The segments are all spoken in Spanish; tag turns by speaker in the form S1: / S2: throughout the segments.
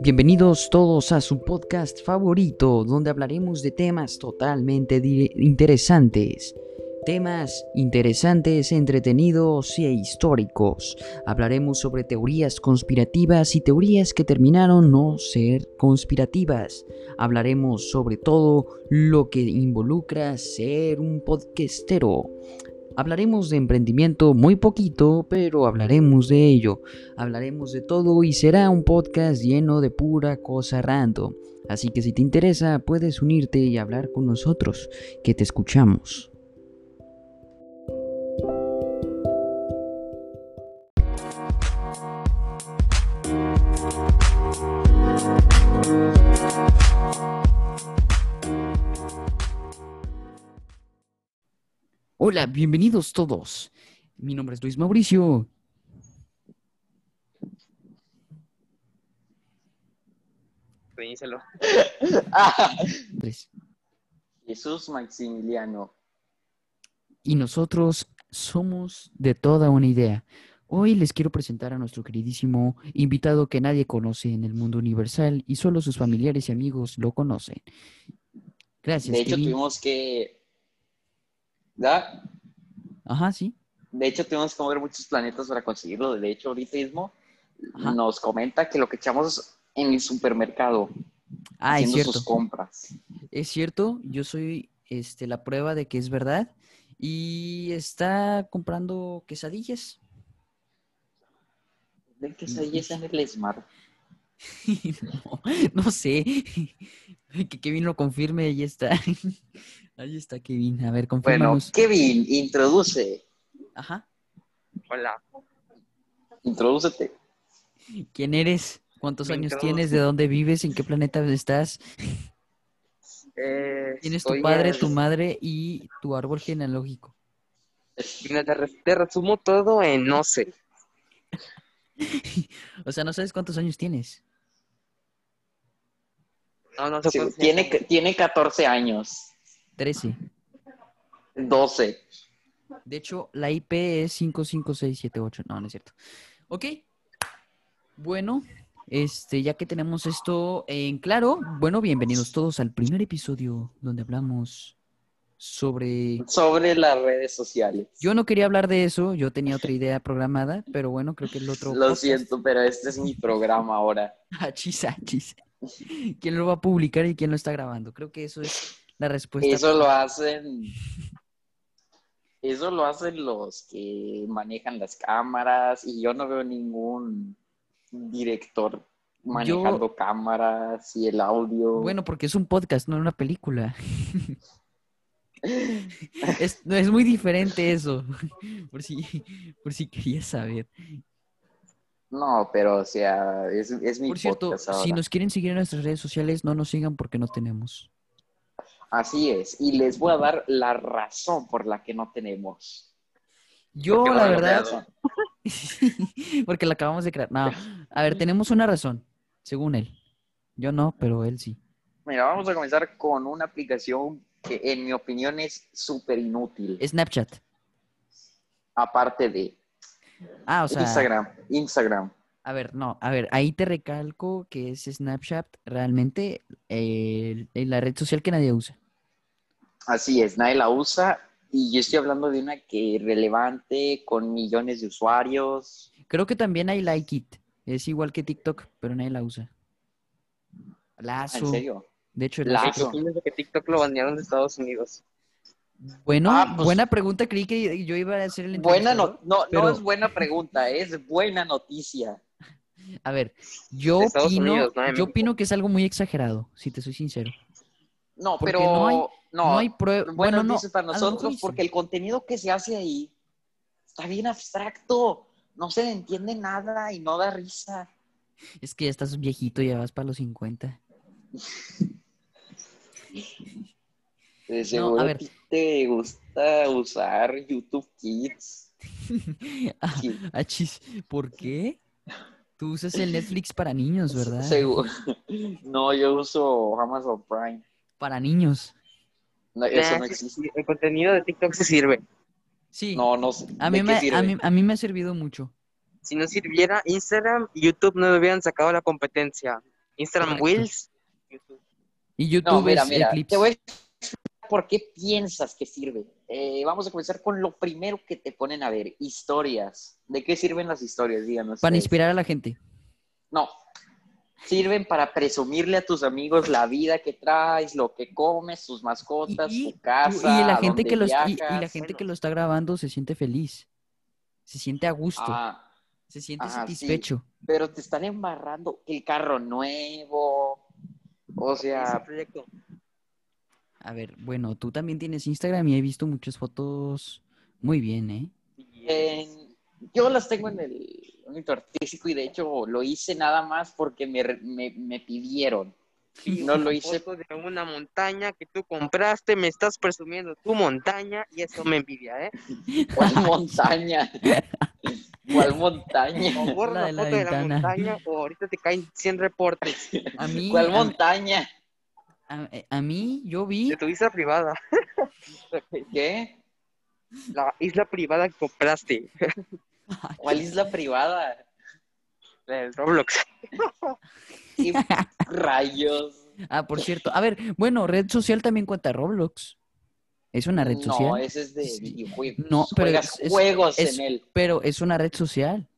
S1: Bienvenidos todos a su podcast favorito, donde hablaremos de temas totalmente interesantes. Temas interesantes, entretenidos e históricos. Hablaremos sobre teorías conspirativas y teorías que terminaron no ser conspirativas. Hablaremos sobre todo lo que involucra ser un podcastero. Hablaremos de emprendimiento muy poquito, pero hablaremos de ello. Hablaremos de todo y será un podcast lleno de pura cosa random. Así que si te interesa, puedes unirte y hablar con nosotros, que te escuchamos. Hola, bienvenidos todos. Mi nombre es Luis Mauricio.
S2: Reíselo.
S1: Andrés.
S2: Jesús Maximiliano.
S1: Y nosotros somos de toda una idea. Hoy les quiero presentar a nuestro queridísimo invitado que nadie conoce en el mundo universal y solo sus familiares y amigos lo conocen. Gracias.
S2: De hecho,
S1: Kevin.
S2: tuvimos que. ¿da?
S1: Ajá, sí.
S2: De hecho, tuvimos que mover muchos planetas para conseguirlo. De hecho, ahorita mismo
S1: Ajá.
S2: nos comenta que lo que echamos en el supermercado
S1: Ah, es
S2: haciendo
S1: cierto.
S2: sus compras.
S1: Es cierto, yo soy este, la prueba de que es verdad. Y está comprando quesadillas.
S2: ¿De que se ahí está en el Smart?
S1: No, no sé. Que Kevin lo confirme, ahí está. Ahí está Kevin. A ver,
S2: Bueno,
S1: confírmanos.
S2: Kevin, introduce.
S1: Ajá.
S3: Hola,
S2: Introdúcete.
S1: ¿Quién eres? ¿Cuántos
S3: Me
S1: años
S3: introdujo.
S1: tienes? ¿De dónde vives? ¿En qué planeta estás?
S3: eh,
S1: ¿Quién es
S3: soy
S1: tu padre,
S3: el-
S1: tu madre y tu árbol genealógico?
S3: Mira, te, re- te resumo todo en no sé.
S1: O sea, no sabes cuántos años tienes.
S3: No, no sé
S2: Sí,
S3: cuántos
S2: tiene,
S3: años tengo.
S2: tiene 14 años.
S1: Trece.
S2: 12.
S1: De hecho, la IP es 55678. No, no es cierto. Ok. Bueno, este, ya que tenemos esto en claro, bueno, bienvenidos todos al primer episodio donde hablamos sobre.
S2: Sobre las redes sociales.
S1: Yo no quería hablar de eso, yo tenía otra idea programada, pero bueno, creo que el otro.
S2: Lo
S1: podcast-
S2: siento, pero este es mi programa ahora.
S1: Achis, achis. ah, ¿Quién lo va a publicar y quién lo está grabando? Creo que eso es la respuesta.
S2: Eso lo hacen. Eso lo hacen los que manejan las cámaras y yo no veo ningún director manejando cámaras y el audio.
S1: Bueno, porque es un podcast, no una película. es, no, es muy diferente eso, por si, por si querías saber.
S2: No, pero o sea, es, es mi
S1: Por cierto,
S2: podcast ahora.
S1: si nos quieren seguir en nuestras redes sociales, no nos sigan porque no tenemos.
S2: Así es. Y les voy a dar la razón por la que no tenemos.
S1: Yo,
S3: Porque no
S1: la
S3: lo
S1: verdad,
S3: crearon.
S1: porque la acabamos de crear. No, a ver, tenemos una razón, según él. Yo no, pero él sí.
S2: Mira, vamos a comenzar con una aplicación que en mi opinión es súper inútil.
S1: Snapchat.
S2: Aparte de
S1: Ah, o sea,
S2: Instagram. Instagram.
S1: a ver, no, a ver, ahí te recalco que es Snapchat realmente eh, la red social que nadie usa.
S2: Así es, nadie la usa y yo estoy hablando de una que es relevante, con millones de usuarios.
S1: Creo que también hay Like It. Es igual que TikTok, pero nadie la usa.
S2: Ah,
S1: Lazo.
S2: ¿En serio?
S1: De hecho,
S2: Lazo.
S3: Ay,
S1: Lazo.
S3: ¿qué opinas de que TikTok lo banearon de Estados Unidos?
S1: Bueno,
S2: Ah, pues-
S1: buena pregunta. Creí que yo iba a hacer el
S2: Buena no,
S1: entrevistador.
S2: no,
S1: pero-
S2: no es buena pregunta, es buena noticia.
S1: A ver, yo
S3: De Estados
S1: opino,
S3: Unidos, no de
S1: yo
S3: México.
S1: opino que es algo muy exagerado, si te soy sincero.
S2: No,
S1: Porque
S2: pero
S1: no
S2: no,
S1: hay- No hay prueba.
S2: buenas
S1: Bueno, no.
S2: noticias para
S1: a lo
S2: nosotros
S1: mejor
S2: porque el contenido que se hace ahí está bien abstracto, no se le entiende nada y no da risa.
S1: sí. Es que ya estás viejito, ya vas para los 50.
S2: De
S1: No,
S2: seguro
S1: a
S2: a
S1: ver.
S2: ti te gusta usar YouTube Kids.
S1: Ah,
S2: Sí.
S1: Achis, ¿por qué? Tú usas el Netflix para niños, ¿verdad?
S2: Seguro. No, yo uso Amazon Prime.
S1: Para niños.
S2: No, eso
S3: Nah,
S2: no
S3: sí,
S2: existe.
S3: sí, el contenido de TikTok se sirve.
S1: Sí,
S2: No, no sé.
S1: a,
S2: ¿De
S1: mí
S2: qué
S1: me,
S2: sirve?
S1: a, mí, a mí me ha servido mucho.
S3: Si no sirviera Instagram y YouTube no le hubieran sacado la competencia. Instagram
S1: Correcto.
S3: Wheels. YouTube.
S1: Y YouTube
S2: No, mira,
S1: es
S2: mira,
S1: Eclipse.
S2: te voy a explicar por qué piensas que sirve. Eh, vamos a comenzar con lo primero que te ponen a ver, historias. ¿De qué sirven las historias? Díganos.
S1: Para
S2: ustedes.
S1: inspirar a la gente.
S2: No. Sirven para presumirle a tus amigos la vida que traes, lo que comes, sus mascotas,
S1: Y- y-
S2: tu casa,
S1: y la
S2: a
S1: gente,
S2: dónde
S1: que, los, y- y
S2: viajas.
S1: la gente
S3: bueno.
S1: que lo está grabando se siente feliz. Se siente a gusto.
S2: Ah,
S1: se siente
S2: ajá, sí.
S1: satisfecho.
S2: pero te están embarrando el carro nuevo. O
S3: Ese
S2: sea,
S3: proyecto.
S1: A ver, bueno, tú también tienes Instagram y he visto muchas fotos muy bien, ¿eh?
S2: en- Eh, yo las tengo en el ámbito artístico y de hecho lo hice nada más porque me, re- me- me pidieron.
S3: Y
S2: No
S3: una
S2: lo hice.
S3: foto de una montaña que tú compraste, me estás presumiendo tu montaña y eso me envidia, ¿eh?
S2: ¿Cuál montaña? ¿Cuál montaña?
S3: O borra
S1: La de
S3: la,
S1: la
S3: foto de la
S1: ventana.
S3: montaña o ahorita te caen 100 reportes
S1: A mí,
S2: ¿Cuál
S1: a,
S2: montaña?
S1: a- a mí yo vi,
S3: de tu isla privada,
S2: ¿Qué?
S3: la isla privada que compraste,
S2: ¿Cuál isla privada?
S3: la del Roblox.
S2: ¿Qué rayos?
S1: ah, por cierto, a ver, bueno, red social también cuenta Roblox. Es una red social,
S2: No, eh. ese es de
S1: Sí.
S2: videojuegos.
S1: No, pero
S2: Juegas
S1: es- es-
S2: juegos
S1: es-
S2: en él.
S1: pero es una red social,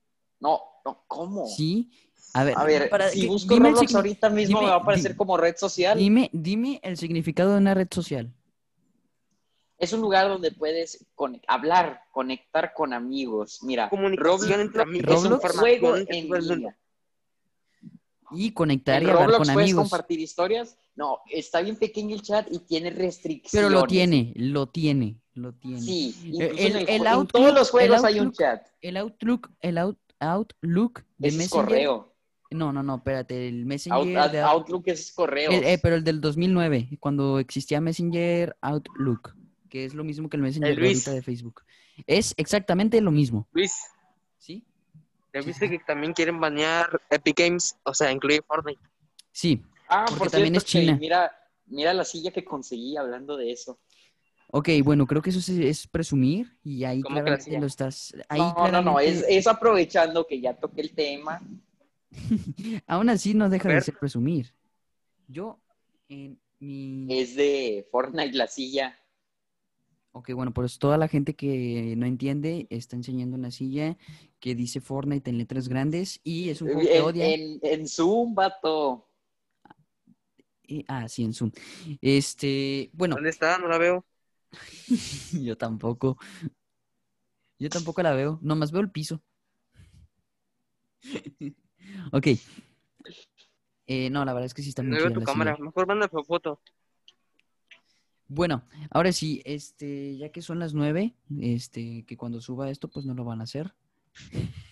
S2: No, no, ¿cómo?
S1: sí. A ver,
S2: A ver,
S1: para
S2: si
S1: que-
S2: busco
S1: dime el
S2: Roblox
S1: signi-
S2: ahorita mismo
S1: dime-
S2: me va a aparecer
S1: di-
S2: como red social.
S1: Dime, dime el significado de una red social.
S2: Es un lugar donde puedes con- hablar, conectar con amigos. Mira,
S3: Comunicación entre amigos,
S2: es un
S1: Roblox.
S2: juego
S3: información entre
S2: en
S3: todo el mundo.
S2: línea.
S1: Y conectar
S2: En
S1: y hablar
S2: Roblox
S1: con
S2: puedes
S1: amigos.
S2: compartir historias. No, está bien pequeño el chat y tiene restricciones.
S1: Pero lo tiene, lo tiene, lo tiene.
S2: Sí, incluso
S1: El-
S2: en, el
S1: el
S2: ju- en
S1: Outlook-
S2: todos los juegos
S1: el
S2: hay un
S1: Outlook
S2: chat.
S1: El Outlook, el out, Outlook de
S2: Ese es
S1: Messenger.
S2: correo.
S1: No, no, no, espérate, el Messenger
S2: Out- Out-
S1: de Out-
S2: Outlook es correo.
S1: el- eh, pero el del 2009, cuando existía Messenger Outlook, que es lo mismo que el Messenger de
S3: Luis.
S1: ahorita de Facebook. Es exactamente lo mismo,
S3: Luis,
S1: ¿sí?
S3: ¿ya
S1: Sí,
S3: viste que también quieren banear Epic Games? O sea, incluye Fortnite.
S1: Sí.
S2: ah,
S1: porque
S2: por
S1: también
S2: cierto,
S1: es China.
S2: que mira, mira la silla que conseguí hablando de eso.
S1: Ok, bueno, creo que eso es, es presumir y ahí
S3: ¿Cómo que la
S1: claramente
S3: silla?
S1: lo estás... Ahí
S2: no, no, no, es,
S1: claramente-
S2: es aprovechando que ya toqué el tema.
S1: Aún así no deja de
S3: Ver.
S1: ser presumir. Yo, en mi...
S2: Es de Fortnite la silla.
S1: Ok, bueno, pues toda la gente que no entiende está enseñando una silla que dice Fortnite en letras grandes y es un juego que
S2: Eh, En,
S1: odia.
S2: en, en Zoom, vato.
S1: Y- ah, sí, en Zoom. Este, bueno,
S3: ¿Dónde está? No la veo.
S1: yo tampoco. Yo tampoco la veo. Nomás veo el piso. ok. Eh, no, la verdad es que sí está muy
S3: No veo
S1: chida
S3: tu
S1: la
S3: cámara.
S1: silla.
S3: Mejor mándame foto.
S1: Bueno, ahora sí, este, ya que son las nueve, este, que cuando suba esto, pues no lo van a hacer.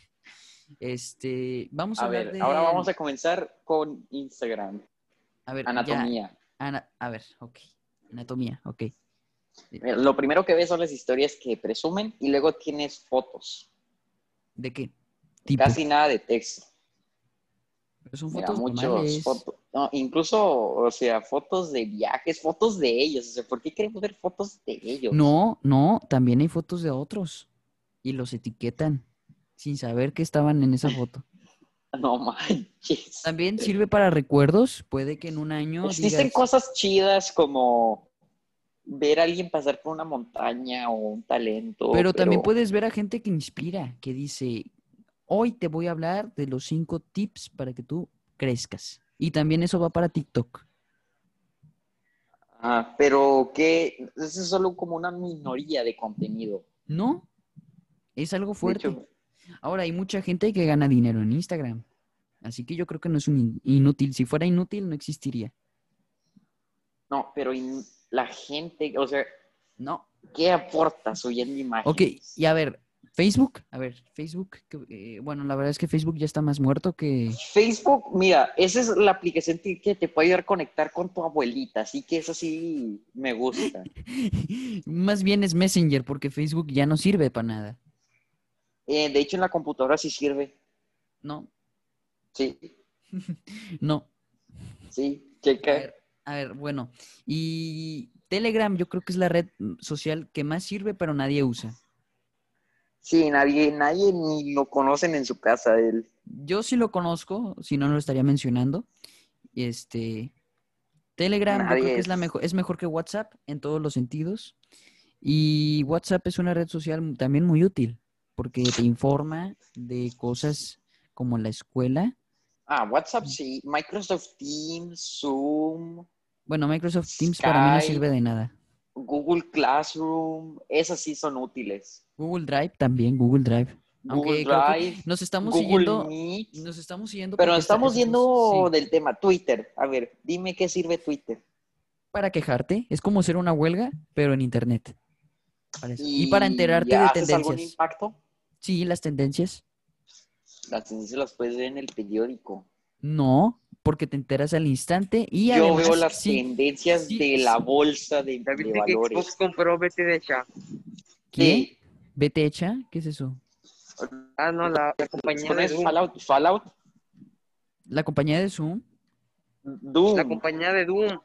S1: Este, vamos a,
S2: A
S1: hablar
S2: ver,
S1: de-
S2: ahora vamos a comenzar con Instagram.
S1: A ver, ya-
S2: Anatomía.
S1: ana- a ver, ok. Anatomía, ok.
S2: Mira, Eh, Lo primero que ves son las historias que presumen y luego tienes fotos.
S1: ¿De qué? Tipo.
S2: Casi nada de texto.
S1: Pero pues, son
S2: Mira,
S1: fotos
S2: muchos
S1: normales.
S2: fotos. No, incluso, o sea, fotos de viajes, fotos de ellos. O sea, ¿por qué queremos ver fotos de ellos?
S1: No, no, también hay fotos de otros. Y los etiquetan sin saber que estaban en esa foto.
S2: No manches.
S1: También sirve para recuerdos. Puede que en un año.
S2: Existen
S1: digas,
S2: Pues cosas chidas como ver a alguien pasar por una montaña o un talento.
S1: pero también puedes ver a gente que inspira, que dice: Hoy te voy a hablar de los cinco tips para que tú crezcas. Y también eso va para TikTok.
S2: Ah, pero que es solo como una minoría de contenido.
S1: ¿No? Es algo
S2: De
S1: fuerte.
S2: hecho,
S1: Ahora, hay mucha gente que gana dinero en Instagram. Así que yo creo que no es un in- inútil. Si fuera inútil, no existiría.
S2: no, pero in- la gente, o sea,
S1: No.
S2: ¿qué aporta subiendo imágenes?
S1: Ok, y a ver, Facebook. A ver, Facebook. que- eh, bueno, la verdad es que Facebook ya está más muerto que.
S2: Facebook, mira, esa es la aplicación que que te puede ayudar a conectar con tu abuelita, así que eso sí me gusta.
S1: más bien es Messenger, porque Facebook ya no sirve para nada.
S2: Eh, de hecho, en la computadora sí sirve.
S1: No,
S2: Sí,
S1: no.
S2: sí,
S1: A
S2: checa.
S1: ver, a ver, bueno. Y Telegram, yo creo que es la red mm, social que más sirve, pero nadie usa.
S2: Sí, nadie, nadie ni lo conocen en su casa él.
S1: Yo sí lo conozco, si no, no lo estaría mencionando. Este, Telegram yo
S2: Nadie
S1: creo que es, la
S2: es-
S1: mejor, es mejor que WhatsApp en todos los sentidos. Y WhatsApp es una red social también muy útil porque te informa de cosas como la escuela.
S2: Ah, WhatsApp sí, Microsoft Teams, Zoom,
S1: Bueno, Microsoft Teams para mí no
S2: Skype.
S1: sirve de nada.
S2: Google Classroom, esas sí son útiles.
S1: Google Drive también, Google Drive. Aunque
S2: Google
S1: creo que
S2: Drive,
S1: Nos estamos
S2: Google
S1: siguiendo.
S2: Meet.
S1: Nos estamos siguiendo.
S2: Pero
S1: porque está-
S2: estamos
S1: es-
S2: yendo
S1: sí,
S2: del tema Twitter. A ver, dime qué sirve Twitter.
S1: para quejarte. Es como hacer una huelga, pero en internet. Para eso. Y, para enterarte de
S2: ¿haces algún
S1: tendencias.
S2: impacto?
S1: Sí, las tendencias.
S2: Las tendencias las puedes ver en el periódico.
S1: No, porque te enteras al instante y
S2: Yo
S1: además,
S2: veo las
S1: sí,
S2: tendencias
S1: sí,
S2: de
S1: sí.
S2: la bolsa de,
S3: Ya
S2: de
S3: viste que Xbox
S2: valores.
S3: compró BTD ya.
S1: ¿qué?
S2: Sí.
S1: ¿Vete hecha? ¿Qué es eso?
S3: Ah, no, la, la compañía de
S2: ¿Conoces
S3: Doom.
S2: Fallout? Fallout?
S1: La compañía de Zoom.
S2: Doom.
S3: La compañía de Doom.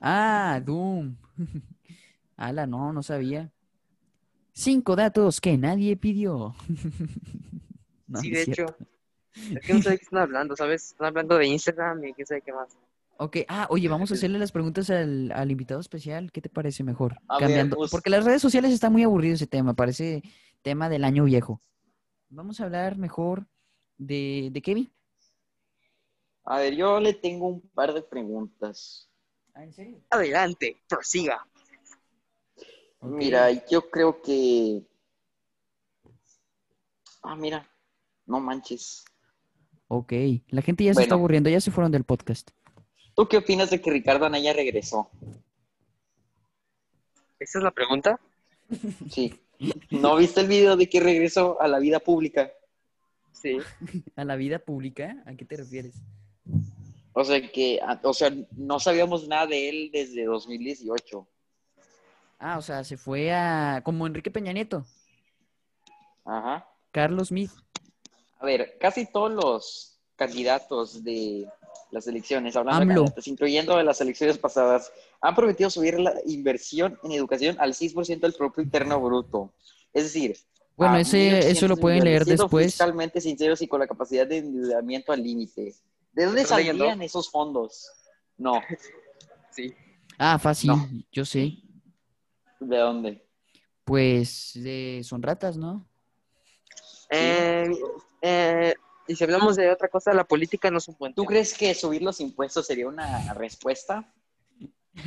S1: Ah, Doom. Ala, no, no sabía. Cinco datos que nadie pidió. No,
S3: sí,
S1: no
S3: de
S1: es cierto.
S3: hecho. Es que no sé de qué están hablando, ¿sabes? Están hablando de Instagram y qué sé qué más.
S1: Ok, ah, oye, vamos a
S2: Este
S1: hacerle las preguntas al, al invitado especial. ¿Qué te parece mejor?
S2: A ver, pues
S1: Cambiando.
S2: us-
S1: Porque las redes sociales está muy aburrido ese tema, parece tema del año viejo. Vamos a hablar mejor de, de Kevin.
S2: A ver, yo le tengo un par de preguntas.
S1: Ah, ¿en serio?
S3: Adelante, prosiga.
S2: Mira, yo creo que... Ah, mira. No manches.
S1: Ok, la gente ya se está
S2: Bueno.
S1: aburriendo, ya se fueron del podcast.
S2: ¿Tú qué opinas de que Ricardo Anaya regresó?
S3: ¿Esa es la pregunta?
S2: Sí. ¿No viste el video de que regresó a la vida pública?
S3: Sí.
S1: ¿A la vida pública? ¿A qué te refieres?
S2: O sea que, a- o sea, no sabíamos nada de él desde 2018.
S1: Ah, o sea, se fue a. como Enrique Peña Nieto,
S2: Ajá.
S1: Carlos Smith.
S2: Ah, A ver, casi todos los candidatos de las elecciones, hablando
S1: AMLO.
S2: de candidatos, incluyendo de las elecciones pasadas, han prometido subir la inversión en educación al 6% del Producto Interno Bruto. Es decir,
S1: Bueno,
S2: a
S1: ese, eso lo
S2: 1.800
S1: pueden
S2: millones,
S1: leer
S2: siendo
S1: después.
S2: fiscalmente sinceros y con la capacidad de endeudamiento al límite. ¿De dónde
S3: ¿Estás leyendo?
S2: salían esos fondos? No,
S3: Sí.
S1: Ah, fácil,
S2: No.
S1: yo sé.
S2: ¿de dónde?
S1: Pues eh, son ratas, ¿no?
S3: Eh, eh, y si hablamos de otra cosa, la política no es un buen
S2: ¿Tú
S3: tema.
S2: crees que subir los impuestos sería una respuesta?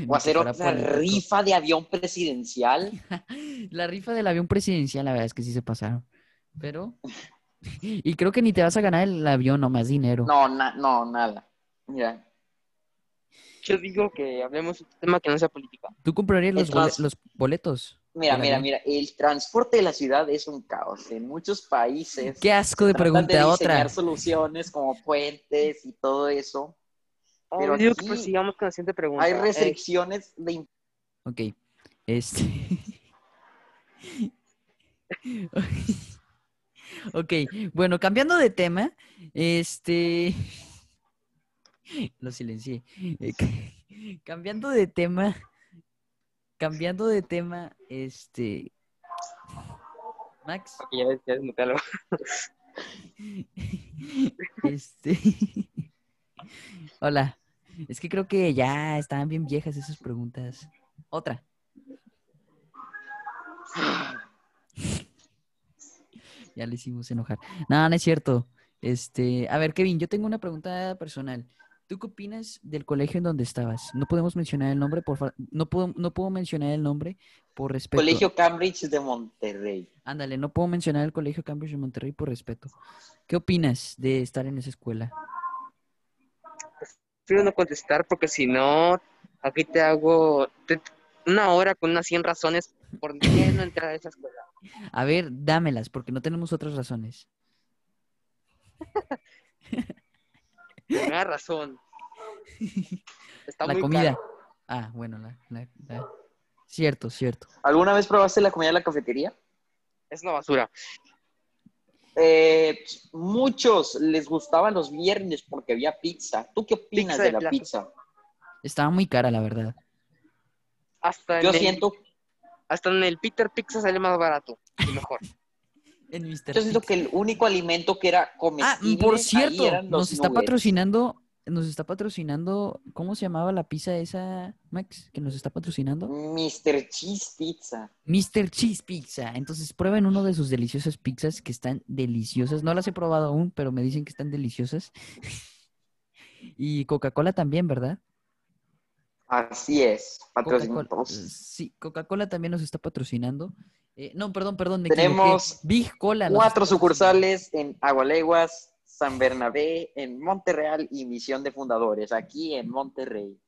S2: ¿O
S1: Ni
S2: hacer
S1: que fuera
S2: otra
S1: político.
S2: rifa de avión presidencial?
S1: La rifa del avión presidencial, la verdad es que sí se pasaron. Pero. Y creo que ni te vas a ganar el avión, no más dinero.
S2: No, na- no, nada. Mira,
S3: Yo digo que hablemos de un tema que no sea política.
S1: Tú comprarías los, bole-
S2: Entonces-
S1: los boletos.
S2: mira,
S1: del
S2: mira,
S1: avión.
S2: mira. El transporte de la ciudad es un caos. En muchos países
S1: Qué asco de
S2: tratan
S1: pregunta.
S2: de diseñar
S1: otra.
S2: soluciones como puentes y todo eso. Pero
S3: Pero digo
S2: aquí
S3: que prosigamos pues con la siguiente pregunta.
S2: Hay
S3: Eh,
S2: restricciones de imp-
S1: Ok. Este. ok. Bueno, cambiando de tema. Este. Lo silencié. Eh, ca- cambiando de tema. Cambiando de tema. Este. Max.
S3: ok, ya ves, ya desmutealo.
S1: Este. Hola. Es que creo que ya estaban bien viejas esas preguntas. Otra. Ya le hicimos enojar. No, no es cierto. Este, a ver, Kevin, yo tengo una pregunta personal. ¿Tú qué opinas del colegio en donde estabas? No podemos mencionar el nombre, por fa- no puedo, no puedo mencionar el nombre por respeto.
S2: Colegio Cambridge de Monterrey.
S1: Ándale, no puedo mencionar el colegio Cambridge de Monterrey por respeto. ¿Qué opinas de estar en esa escuela?
S3: Prefiero no contestar porque si no, aquí te hago te- una hora con unas 100 razones por qué no entrar a esa escuela.
S1: A ver, dámelas, porque no tenemos otras razones.
S3: Primera razón. Está
S1: la
S3: muy
S1: comida.
S3: caro.
S1: Ah, bueno, la, la- la- Cierto, cierto.
S2: ¿Alguna vez probaste la comida de la cafetería?
S3: Es una basura.
S2: Eh, muchos les gustaban los viernes porque había pizza. ¿Tú qué opinas
S3: Pizza
S2: de
S3: de
S2: la
S3: plato.
S2: pizza?
S1: Estaba muy cara, la verdad.
S3: Hasta en,
S2: Yo
S3: el,
S2: siento,
S3: hasta en el Peter Pizza sale más barato y mejor.
S1: En Mr.
S2: yo siento
S1: Pizza.
S2: que el único alimento que era
S1: Ah,
S2: comestible
S1: por
S2: ahí
S1: cierto,
S2: eran los
S1: nos está
S2: noodles.
S1: patrocinando nos está patrocinando, ¿cómo se llamaba la pizza esa, Max? Que nos está patrocinando.
S2: Mr. Cheese Pizza.
S1: Mr. Cheese Pizza. Entonces prueben uno de sus deliciosas pizzas que están deliciosas. No las he probado aún, pero me dicen que están deliciosas. y Coca-Cola también, ¿verdad?
S2: Así es,
S1: Coca-Cola.
S2: patrocinados.
S1: Sí, Coca-Cola también nos está patrocinando. Eh, no, perdón, perdón, me
S2: Tenemos
S1: equivoqué. Big Cola. nos
S2: Cuatro
S1: está
S2: sucursales en Agualeguas, San Bernabé, en Monterreal y Misión de Fundadores, aquí en Monterrey.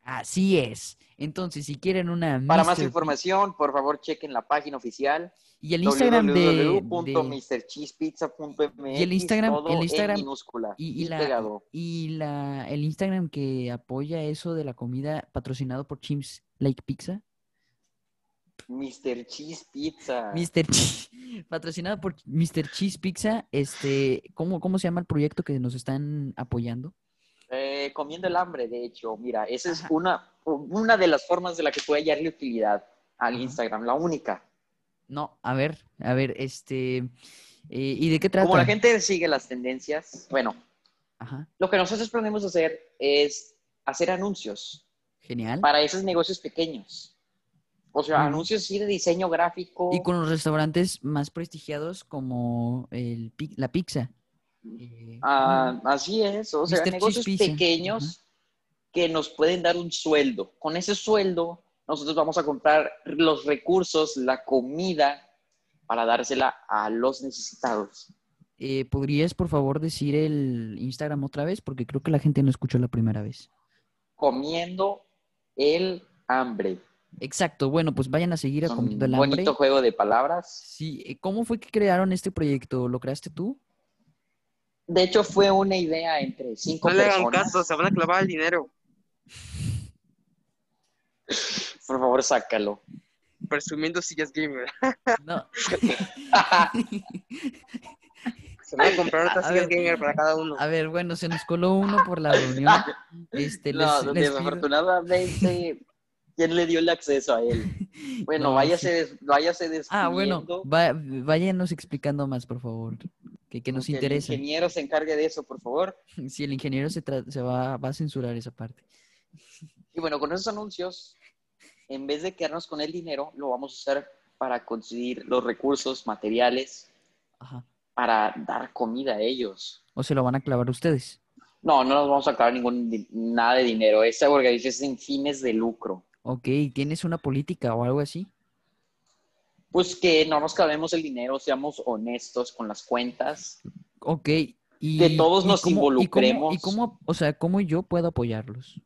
S1: patrocinando. Así es. Entonces, si quieren una...
S2: Para más
S1: Mr.
S2: información, por favor, chequen la página oficial
S1: Y el Instagram de... de-
S2: www.mrcheesepizza.mx
S1: Y el Instagram-
S2: todo
S1: el
S2: en
S1: Instagram-
S2: minúscula
S1: y- y la-
S2: pegado.
S1: Y la, el Instagram que apoya eso de la comida patrocinado por Chimps Lake Pizza.
S2: Mr. Cheese Pizza.
S1: Mr. Cheese- patrocinado por Mr. Cheese Pizza. Este, ¿cómo, ¿Cómo se llama el proyecto que nos están apoyando?
S2: Eh, comiendo el hambre, de hecho. Mira, esa es una, una de las formas de la que puede hallarle utilidad al
S1: Ajá.
S2: Instagram, la única.
S1: No, a ver, a ver, este... eh, ¿Y de qué trata?
S2: Como la gente sigue las tendencias, bueno,
S1: Ajá,
S2: lo que nosotros planeamos hacer es hacer anuncios
S1: genial.
S2: para esos negocios pequeños. O sea,
S1: Ujú.
S2: anuncios sí de diseño gráfico.
S1: Y con los restaurantes más prestigiados como el, pi- la pizza. Eh,
S2: Ah, así es, o sea,
S1: Mr. Cheese
S2: negocios
S1: Pizza.
S2: pequeños que nos pueden dar un sueldo. Con ese sueldo, nosotros vamos a comprar los recursos, la comida, para dársela a los necesitados.
S1: eh, ¿Podrías, por favor, decir el Instagram otra vez? Porque creo que la gente no escuchó la primera vez.
S2: Comiendo el hambre.
S1: Exacto, bueno, pues vayan a seguir a
S2: Un
S1: Comiendo el Hambre.
S2: bonito juego de palabras.
S1: Sí, eh, ¿cómo fue que crearon este proyecto? ¿Lo creaste tú?
S2: De hecho, fue una idea entre cinco
S3: No le hagan
S2: personas.
S3: caso, se van a clavar el dinero.
S2: Por favor, sácalo.
S3: Presumiendo sillas gamer.
S1: No.
S3: Se van a comprar otras
S1: A
S3: sillas
S1: ver.
S3: gamer para cada uno.
S1: A ver, bueno, se nos coló uno por la reunión. Este, les-
S2: No,
S1: les pido-
S2: desafortunadamente, ¿quién le dio el acceso a él? Bueno,
S1: No,
S2: váyase,
S1: sí.
S2: des- váyase
S1: Ah, bueno,
S2: despidiendo.
S1: va- váyanos explicando más, por favor, que, que nos
S2: Que
S1: interesa.
S2: El ingeniero se encargue de eso, por favor.
S1: Si el ingeniero se, tra- se va, va a censurar esa parte.
S2: Y bueno, con esos anuncios, en vez de quedarnos con el dinero, lo vamos a usar para conseguir los recursos materiales
S1: Ajá.
S2: para dar comida a ellos.
S1: O se lo van a clavar ustedes.
S2: No, no nos vamos a acabar ningún di- nada de dinero. Esta organización es sin fines de lucro.
S1: Ok, ¿tienes una política o algo así?
S2: Pues que no nos cabemos el dinero, seamos honestos con las cuentas.
S1: Ok. Y,
S2: Que todos
S1: y
S2: nos
S1: cómo- y cómo-
S2: involucremos.
S1: ¿Y cómo, o sea, cómo yo puedo apoyarlos?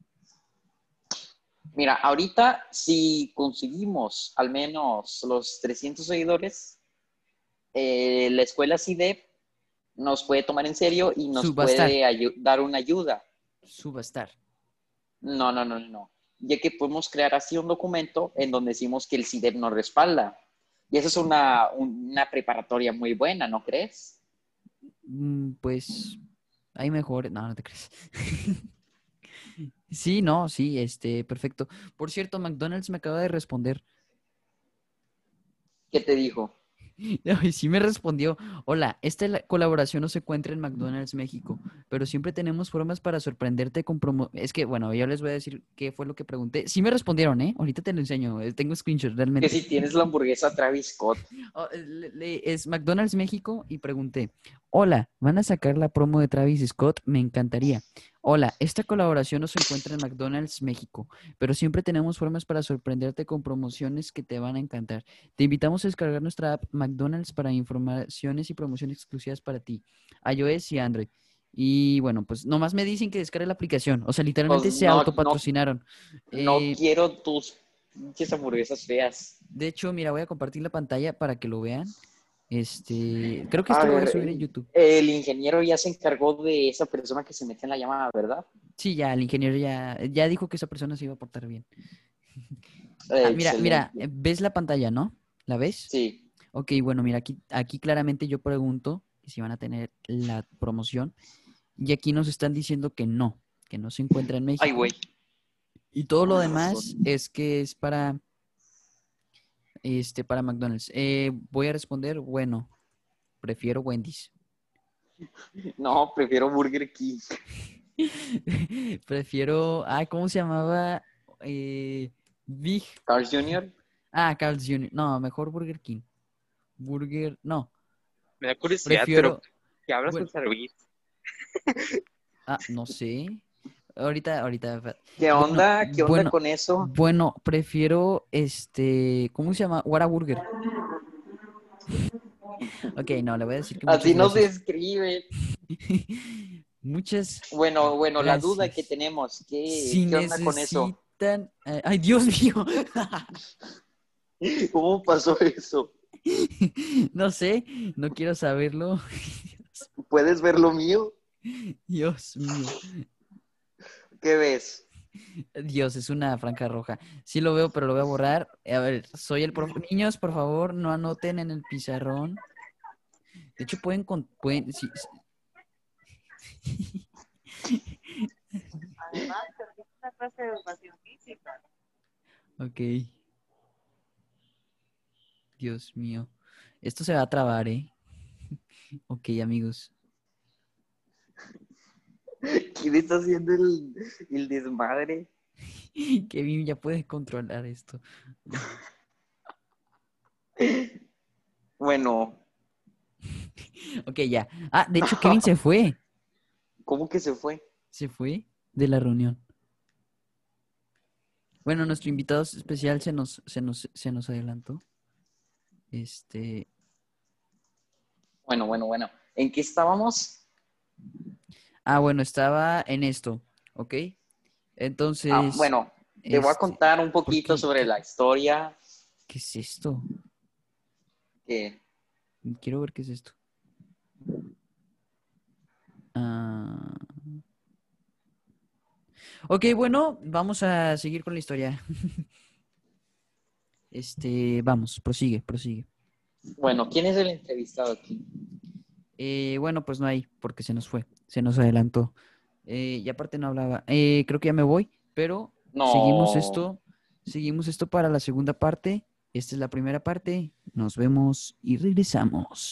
S2: Mira, ahorita si conseguimos al menos los 300 seguidores, eh, la escuela CIDEP nos puede tomar en serio y nos
S1: Subastar.
S2: puede ayu- dar una ayuda.
S1: Subastar.
S2: No, no, no, no, no. Ya que podemos crear así un documento en donde decimos que el CIDEP nos respalda. Y eso es una, una preparatoria muy buena, ¿no crees?
S1: Mm, Pues hay mejores. No, no te crees. sí, no, sí, este, perfecto. Por cierto, McDonald's me acaba de responder.
S2: ¿Qué te dijo?
S1: Ay, sí me respondió. Hola, esta la- colaboración no se encuentra en McDonald's México, pero siempre tenemos formas para sorprenderte con promo. Es que, bueno, yo les voy a decir qué fue lo que pregunté. Sí me respondieron, ¿eh? Ahorita te lo enseño. eh, Tengo screenshot
S2: Que
S1: realmente.
S2: si tienes la hamburguesa Travis Scott.
S1: Oh, le- le- es McDonald's México y pregunté, hola, ¿van a sacar la promo de Travis Scott? Me encantaría. Hola, esta colaboración no se encuentra en McDonald's México, pero siempre tenemos formas para sorprenderte con promociones que te van a encantar. Te invitamos a descargar nuestra app McDonald's para informaciones y promociones exclusivas para ti, iOS y Android. Y bueno, pues nomás me dicen que descargue la aplicación. O sea, literalmente se
S2: Pues no- no-
S1: autopatrocinaron.
S2: No
S1: Eh,
S2: quiero tus pinches hamburguesas feas.
S1: de hecho, mira, voy a compartir la pantalla para que lo vean. Este, creo que
S2: A
S1: esto lo voy a
S2: ver,
S1: subir en
S2: eh,
S1: YouTube.
S2: El ingeniero ya se encargó de esa persona que se metió en la llamada, ¿verdad?
S1: Sí, ya el ingeniero ya, ya dijo que esa persona se iba a portar bien. Ah, mira,
S2: Excelente.
S1: mira, eh, ves la pantalla, ¿no? ¿La ves?
S2: Sí,
S1: Ok, bueno, mira, aquí, aquí claramente yo pregunto que si van a tener la promoción y aquí nos están diciendo que no, que no se encuentra en México.
S2: ay, güey.
S1: Y todo lo
S2: Tienes
S1: demás
S2: razón.
S1: es que es para este para McDonald's. Eh, voy a responder, bueno, prefiero Wendy's.
S2: No, prefiero Burger King.
S1: Prefiero. Ah, ¿cómo se llamaba? Eh, Big.
S2: Carl Jr.
S1: Ah, Carl's Jr. No, mejor Burger King. Burger. No.
S3: Me da
S2: ah,
S3: curiosidad,
S1: Prefiero.
S3: pero que hablas
S1: Bueno.
S3: con servir.
S1: Ah, no sé. Ahorita, ahorita.
S2: ¿Qué
S1: Bueno,
S2: onda? ¿Qué onda
S1: bueno.
S2: con eso?
S1: Bueno, prefiero este. ¿Cómo se llama? Whataburger. ok, no, le voy a decir que.
S2: Así
S1: muchas
S2: nos describe.
S1: gracias. Muchas.
S2: Bueno, bueno, la duda que
S1: Gracias.
S2: tenemos, ¿qué,
S1: Si
S2: ¿qué onda con eso?
S1: necesitan. eh, ay, Dios mío.
S2: ¿Cómo pasó eso?
S1: no sé, no quiero saberlo.
S2: ¿Puedes ver lo mío?
S1: Dios mío.
S2: ¿Qué ves?
S1: Dios, es una franja roja. Sí lo veo, pero lo voy a borrar. A ver, soy el profe. Niños, por favor, no anoten en el pizarrón. De hecho, pueden... con- pueden sí, sí.
S4: Además, perdí una clase de educación física.
S1: Ok. Dios mío. Esto se va a trabar, ¿eh? Ok, amigos.
S2: ¿Quién está haciendo el, el desmadre?
S1: Kevin ya puedes controlar esto.
S2: Bueno,
S1: Ok, ya. Ah, de hecho, Kevin se fue.
S2: ¿cómo que se fue?
S1: Se fue de la reunión. Bueno, nuestro invitado especial se nos, se nos, se nos adelantó. Este,
S2: Bueno, bueno, bueno. ¿En qué estábamos?
S1: ah, bueno, estaba en esto, ¿ok? Entonces,
S2: Ah, bueno, te voy a
S1: este,
S2: contar un poquito
S1: qué?
S2: sobre la historia.
S1: ¿Qué es esto?
S2: Que,
S1: Quiero ver qué es esto. Ah. Ok, bueno, vamos a seguir con la historia. Este, vamos, prosigue, prosigue.
S2: bueno, ¿quién es el entrevistado aquí?
S1: Eh, bueno, pues no hay, porque se nos fue, se nos adelantó. Eh, y aparte no hablaba. Eh, creo que ya me voy, pero
S2: No.
S1: seguimos esto, seguimos esto para la segunda parte. Esta es la primera parte. Nos vemos y regresamos.